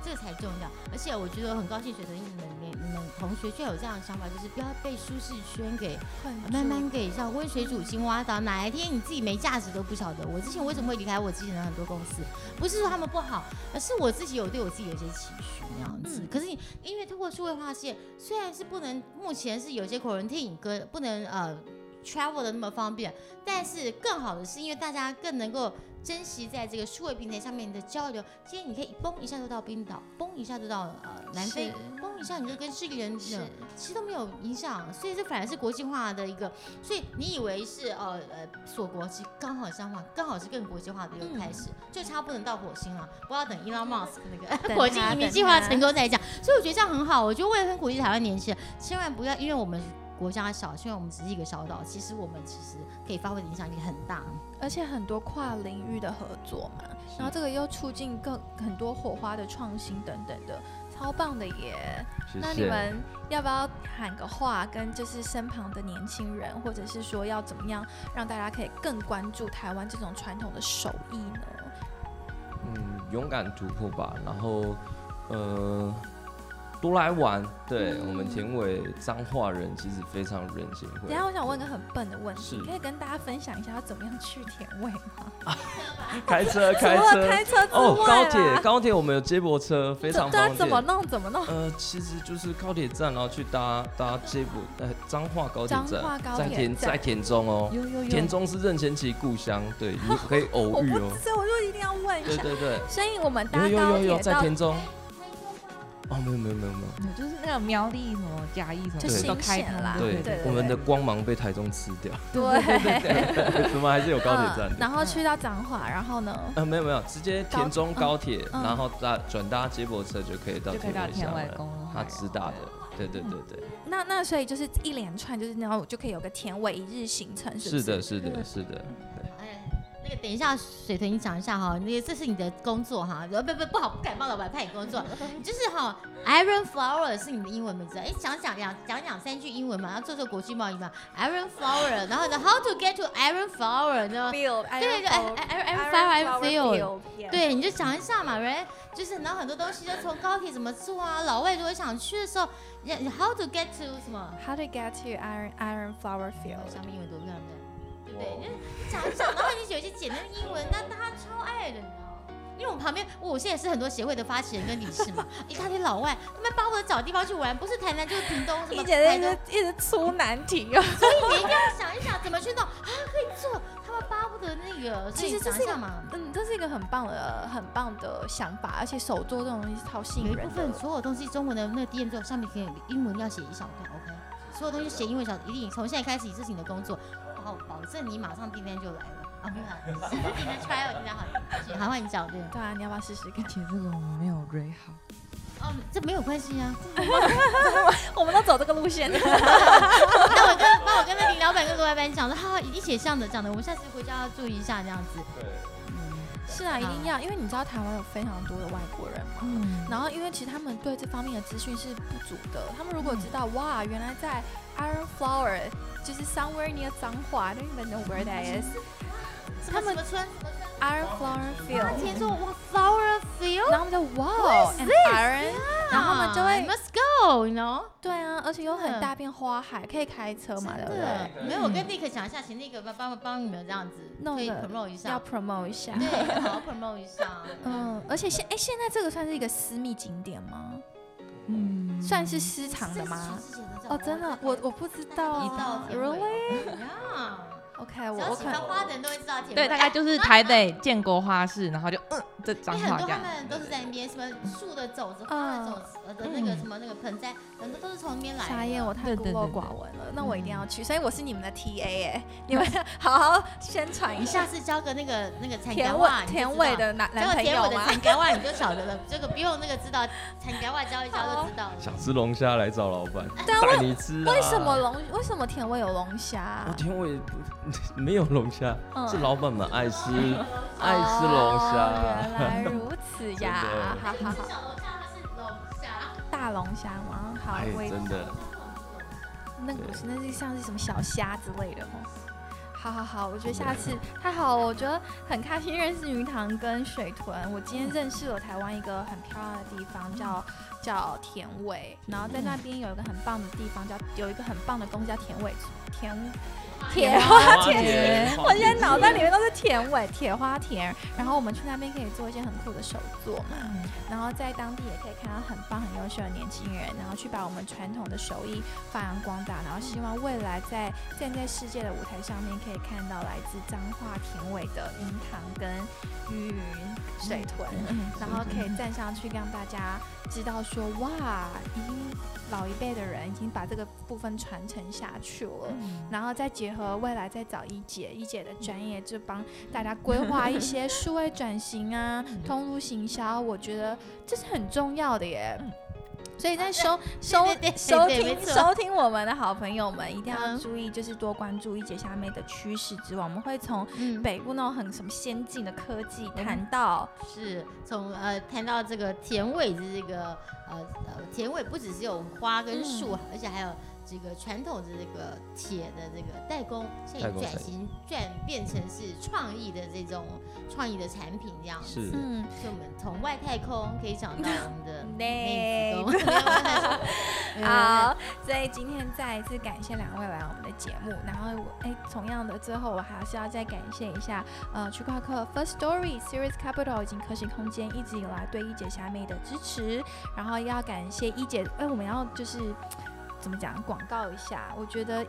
[SPEAKER 2] 这个才重要，而且我觉得很高兴，觉得你们你们同学居然有这样的想法，就是不要被舒适圈给
[SPEAKER 1] 困住
[SPEAKER 2] 慢慢给像温水煮青蛙的，哪一天你自己没价值都不晓得。我之前为什么会离开我之前的很多公司，不是说他们不好，而是我自己有对我自己有一些期许那样子。可是你因为通过数位化线，虽然是不能，目前是有些 quarantine 跟不能呃 travel 的那么方便，但是更好的是因为大家更能够珍惜在这个数位平台上面的交流。今天你可以嘣一下就到冰岛，嘣一下就到呃南非
[SPEAKER 1] 是，
[SPEAKER 2] 嘣一下你就跟智利人
[SPEAKER 1] 是
[SPEAKER 2] 呃其实都没有影响，所以这反而是国际化的一个。所以你以为是呃呃锁国，其实刚好相反，刚好是更国际化的一个开始，就差不能到火星了，不 要等 Elon Musk 那
[SPEAKER 1] 嗯等
[SPEAKER 2] 个 火星
[SPEAKER 1] 他
[SPEAKER 2] 移民
[SPEAKER 1] 等
[SPEAKER 2] 计划
[SPEAKER 1] 他
[SPEAKER 2] 成功再讲。所以我觉得这样很好，我觉得我也很鼓励台湾年轻人，千万不要因为我们国家小，虽然我们只是一个小岛，其实我们其实可以发挥的影响力很大。
[SPEAKER 1] 而且很多跨领域的合作嘛，然后这个又促进更很多火花的创新等等的，超棒的耶！
[SPEAKER 3] 谢
[SPEAKER 1] 那你们要不要喊个话，跟就是身旁的年轻人，或者是说要怎么样让大家可以更关注台湾这种传统的手艺呢？
[SPEAKER 3] 嗯，勇敢突破吧，然后呃，多来玩。对、我们田尾彰化人其实非常人性
[SPEAKER 1] 等一下
[SPEAKER 3] 化，
[SPEAKER 1] 我想问一个很笨的问题，
[SPEAKER 3] 是
[SPEAKER 1] 可以跟大家分享一下要怎么样去甜味吗？
[SPEAKER 3] 开车
[SPEAKER 1] 除
[SPEAKER 3] 开
[SPEAKER 1] 了
[SPEAKER 3] 车
[SPEAKER 1] 开车之外
[SPEAKER 3] 哦，高铁
[SPEAKER 1] 啦
[SPEAKER 3] 高铁我们有接驳车，非常
[SPEAKER 1] 对啊
[SPEAKER 3] 方
[SPEAKER 1] 怎么
[SPEAKER 3] 便。
[SPEAKER 1] 弄怎么弄？
[SPEAKER 3] 呃，其实就是高铁站，然后去搭搭接驳，呃，彰化高铁
[SPEAKER 1] 彰化高
[SPEAKER 3] 站，在
[SPEAKER 1] 铁
[SPEAKER 3] 田
[SPEAKER 1] 站
[SPEAKER 3] 在田中哦，
[SPEAKER 4] 有有有，
[SPEAKER 3] 田中是任贤齐故乡，对，你可以偶
[SPEAKER 1] 我
[SPEAKER 3] 遇
[SPEAKER 1] 不
[SPEAKER 3] 哦
[SPEAKER 1] 知，。所以我就一定要问一
[SPEAKER 3] 对
[SPEAKER 1] 下。
[SPEAKER 3] 对对，
[SPEAKER 1] 所以我们搭
[SPEAKER 3] 有有
[SPEAKER 1] 高
[SPEAKER 3] 有有
[SPEAKER 1] 铁
[SPEAKER 3] 在
[SPEAKER 1] 到
[SPEAKER 3] 田中。哦，没有没有没有没有，
[SPEAKER 4] 有嗯就是那个苗栗什么嘉义什么，
[SPEAKER 1] 就
[SPEAKER 4] 都
[SPEAKER 1] 新
[SPEAKER 4] 开
[SPEAKER 1] 鲜
[SPEAKER 4] 通
[SPEAKER 1] 啦
[SPEAKER 4] 了
[SPEAKER 1] 对
[SPEAKER 3] 对，
[SPEAKER 1] 对
[SPEAKER 3] 我们的光芒被台中吃掉，
[SPEAKER 1] 对，
[SPEAKER 3] 怎么还是有高铁
[SPEAKER 1] 嗯
[SPEAKER 3] 站的？
[SPEAKER 1] 然后去到彰化，然后呢？
[SPEAKER 3] 呃，没有没有，直接田中
[SPEAKER 1] 高
[SPEAKER 3] 高铁，
[SPEAKER 1] 嗯
[SPEAKER 3] 然后搭转搭接驳车就可以到
[SPEAKER 4] 就可以
[SPEAKER 3] 田
[SPEAKER 4] 到
[SPEAKER 3] 尾下
[SPEAKER 4] 天
[SPEAKER 3] 来
[SPEAKER 4] 外
[SPEAKER 3] 了。
[SPEAKER 4] 公路
[SPEAKER 3] 它
[SPEAKER 4] 海
[SPEAKER 3] 直
[SPEAKER 4] 哦
[SPEAKER 3] 达的，对对对对，
[SPEAKER 1] 那那所以就是一连串，就是然后就可以有个田尾一日行程，是不
[SPEAKER 3] 是的，
[SPEAKER 1] 是？
[SPEAKER 3] 是的，是的，
[SPEAKER 2] 哎，那个等一下，水豚你讲一下哈，那个这是你的工作哈，呃不不不好，不敢帮老板派你工作， 就是哈，Iron Flower 是你的英文名字，哎，讲讲两讲两三句英文嘛，要做做国际贸易嘛，Iron Flower，然后呢，How to get to Iron Flower 呢？
[SPEAKER 1] Field，哎
[SPEAKER 2] 对对，Iron 哎 Iron Flower Field。对，你就讲一下嘛，人就是然后很多东西就从高铁怎么坐啊，老外如果想去的时候人，How to get to 什么？
[SPEAKER 1] How to get to Iron Iron Flower Field？
[SPEAKER 2] 上面英文多漂亮，对不对？你就讲一讲，然后你有一些简单的英文，那大家超爱的，你知道吗？因为我旁边我现在也是很多协会的发起人跟理事 嘛，一大堆老外，他们巴不得找地方去玩，不是台南就是屏东什么
[SPEAKER 1] 一
[SPEAKER 2] 台
[SPEAKER 1] 姐在一
[SPEAKER 2] 东
[SPEAKER 1] 直，一直出难题哦。
[SPEAKER 2] 所以你一定要想一想怎么去弄啊，可以做，他们巴不得那个，所以
[SPEAKER 1] 其实这
[SPEAKER 2] 想
[SPEAKER 1] 是
[SPEAKER 2] 一
[SPEAKER 1] 一个
[SPEAKER 2] 下嘛，
[SPEAKER 1] 嗯，这是一个很棒的、很棒的想法，而且手做这种东西是超吸
[SPEAKER 2] 有
[SPEAKER 1] 引
[SPEAKER 2] 一
[SPEAKER 1] 人
[SPEAKER 2] 部
[SPEAKER 1] 的
[SPEAKER 2] 分。所有东西中文的那个 D N 作上面可以英文要写一小段，OK，所有东西写英文小，一定从现在开始你这是你的工作，好，保证你马上订单就来了。 啊，没有啦，是你的 trial 订单好，谢谢韩焕你讲对。
[SPEAKER 1] 对啊，你要不要试试看？
[SPEAKER 4] 且这个我们没有 r 好，
[SPEAKER 2] 哦，这没有关系啊。
[SPEAKER 1] 我们都走这个路线。
[SPEAKER 2] 那我跟帮我跟那林老板跟罗老板讲说，哈，一定写这样的这样的，我们下次回家要注意一下这样子。
[SPEAKER 3] 对，
[SPEAKER 1] 是啊，一定要，因为你知道台湾有非常多的外国人嘛。
[SPEAKER 4] 嗯，
[SPEAKER 1] 然后，因为其实他们对这方面的资讯是不足的。他们如果知道，哇，原来在 Iron Flower 就是 somewhere near 彰化，I don't even know where that is。
[SPEAKER 2] 他们什么村？什么村
[SPEAKER 1] Iron Flower
[SPEAKER 2] 他们
[SPEAKER 1] Field，
[SPEAKER 2] 听说哇，flower field。
[SPEAKER 1] 然后他们就哇，and Iron，然后他们就
[SPEAKER 2] I
[SPEAKER 1] 会
[SPEAKER 2] must go，you know。
[SPEAKER 1] 对啊，而且有
[SPEAKER 2] 真的
[SPEAKER 1] 很大片花海，可以开车嘛，对不对？
[SPEAKER 2] 真的，没有，我跟 Nick 讲一下，请 Nick 帮帮帮你们这样子
[SPEAKER 1] 弄
[SPEAKER 2] 可以
[SPEAKER 1] 得
[SPEAKER 2] promote 一
[SPEAKER 1] 要
[SPEAKER 2] 下，
[SPEAKER 1] promote 一下。
[SPEAKER 2] 对，好好 promote 一下。啊
[SPEAKER 1] 嗯，而且现哎、现在这个算是一个私密景点吗？
[SPEAKER 4] 嗯
[SPEAKER 1] 算是私藏的吗？？哦，真的，我我不知道
[SPEAKER 2] 一到
[SPEAKER 1] 啊。Really？OK，、
[SPEAKER 2] 哦只
[SPEAKER 1] 我
[SPEAKER 2] 要
[SPEAKER 1] 我
[SPEAKER 2] 喜
[SPEAKER 1] 可
[SPEAKER 2] 欢
[SPEAKER 1] 能
[SPEAKER 2] 花的人都会知道甜。哎
[SPEAKER 4] 对，大概就是台北建国花市，然后就嗯，这
[SPEAKER 2] 因
[SPEAKER 4] 张
[SPEAKER 2] 为很
[SPEAKER 4] 画
[SPEAKER 2] 多
[SPEAKER 4] 这
[SPEAKER 2] 他
[SPEAKER 4] 样。
[SPEAKER 2] 们都是在那边，什么树的种子、花的种子、呃的那个什么那个盆栽，很多都是从那边来的。
[SPEAKER 1] 傻嗯眼，我太
[SPEAKER 4] 对
[SPEAKER 1] 孤
[SPEAKER 4] 对
[SPEAKER 1] 陋
[SPEAKER 4] 对
[SPEAKER 1] 寡闻了。那我一定
[SPEAKER 2] 嗯
[SPEAKER 1] 要去，所以我是你们的 TA 哎、你们 好好宣传一
[SPEAKER 2] 你下
[SPEAKER 1] 下。
[SPEAKER 2] 次交个那个那个参加
[SPEAKER 1] 田伟
[SPEAKER 2] 袜，你就知道
[SPEAKER 1] 田伟的男
[SPEAKER 2] 交
[SPEAKER 1] 男
[SPEAKER 2] 个
[SPEAKER 1] 朋
[SPEAKER 2] 田伟
[SPEAKER 1] 友
[SPEAKER 2] 的
[SPEAKER 1] 吗？
[SPEAKER 2] 参加袜你就晓得了，这个不用那个知道，参加袜交一交就知 道了。
[SPEAKER 3] 想吃龙虾来找老板，
[SPEAKER 1] 对啊，
[SPEAKER 3] 带
[SPEAKER 1] 为
[SPEAKER 3] 你吃、啊。
[SPEAKER 1] 为什么？龙为什么田味有龙虾啊
[SPEAKER 3] 我？天，我也不 没有龙虾，
[SPEAKER 1] 嗯
[SPEAKER 3] 是老板们爱吃，爱吃龙
[SPEAKER 1] 哦
[SPEAKER 3] 虾。
[SPEAKER 1] 原 来如此呀！
[SPEAKER 3] 真
[SPEAKER 1] 好好好，
[SPEAKER 2] 小龙虾它是龙虾，
[SPEAKER 1] 大龙虾吗？好，
[SPEAKER 3] 哎，
[SPEAKER 1] 我一
[SPEAKER 3] 真的，
[SPEAKER 1] 那个不是，那是像是什么小虾之类的哦。好好好，我觉得下次太好了，我觉得很开心认识鱼塘跟水豚。我今天认识了台湾一个很漂亮的地方，叫叫田尾，然后在那边有一个很棒的地方叫有一个很棒的公司叫田尾田铁花田。
[SPEAKER 3] 花
[SPEAKER 1] 我现在脑袋里面都是田尾铁花田，然后我们去那边可以做一些很酷的手作嘛，然后在当地也可以看到很棒很优秀的年轻人，然后去把我们传统的手艺发扬光大，然后希望未来在站在世界的舞台上面可以看到来自彰化田尾的银塘跟鱼云嗯
[SPEAKER 2] 嗯
[SPEAKER 1] 水豚，然后可以站上去让大家知道说哇，已经老一辈的人已经把这个部分传承下去了。
[SPEAKER 2] 嗯
[SPEAKER 4] 嗯
[SPEAKER 1] 然后再结合未来再找一姐，一姐的专业就帮大家规划一些数位转型啊、
[SPEAKER 2] 嗯
[SPEAKER 1] 通路行销，我觉得这是很重要的耶。所以在 收收
[SPEAKER 2] 嗯对对对
[SPEAKER 1] 收
[SPEAKER 2] 对没
[SPEAKER 1] 听
[SPEAKER 2] 错
[SPEAKER 1] 收听我们的好朋友们，一定要
[SPEAKER 2] 嗯
[SPEAKER 1] 注意，就是多关注一姐下面的趋势之外，我们会从
[SPEAKER 2] 嗯，
[SPEAKER 1] 北部那种很什么先进的科技谈到，
[SPEAKER 2] 是从呃谈到这个田尾的这个呃呃田尾不只是有花
[SPEAKER 3] 嗯
[SPEAKER 2] 跟树，而且还有这个传统的这个铁的这个代工，现在
[SPEAKER 3] 代
[SPEAKER 2] 已经转
[SPEAKER 3] 工产业
[SPEAKER 2] 型转变成是创意的这种创意的产品这样子。
[SPEAKER 3] 是
[SPEAKER 1] 嗯，
[SPEAKER 2] 所以我们从外太空可以讲到我们 的内
[SPEAKER 3] 哎
[SPEAKER 1] 内
[SPEAKER 2] 子宫 没有外太空。没有外太空
[SPEAKER 1] 好，所以今天再一次感谢两位来我们的节目，然后我哎，同样的，最后我还是要再感谢一下呃区块客 First Story Series Capital 以及科学空间一直以来对一姐虾妹的支持，然后要感谢一姐，哎，我们要就是怎么讲广告一下，我觉得。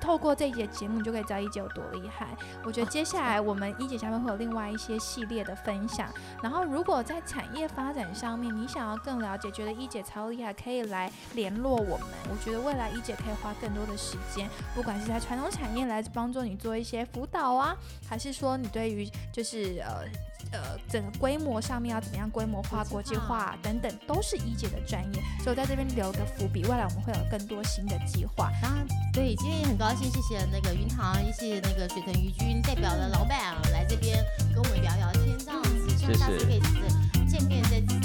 [SPEAKER 1] 透过这一节节目，你就可以知道一姐有多厉害。我觉得接下来我们一姐下面会有另外一些系列的分享，然后，如果在产业发展上面，你想要更了解，觉得一姐超厉害，可以来联络我们。我觉得未来一姐可以花更多的时间，不管是在传统产业来帮助你做一些辅导啊，还是说你对于就是呃呃整个规模上面要怎么样规模化、国
[SPEAKER 2] 国际
[SPEAKER 1] 际
[SPEAKER 2] 化
[SPEAKER 1] 化等等，都是一姐的专业。所以我在这边留个伏笔，未来我们会有更多新的计划。
[SPEAKER 2] 然后对，今天也很高兴，谢谢那个云堂，谢谢那个水豚鱼君代表的老板来这边跟我们聊聊天，这样子，希望下次可以见面再次
[SPEAKER 1] 嗯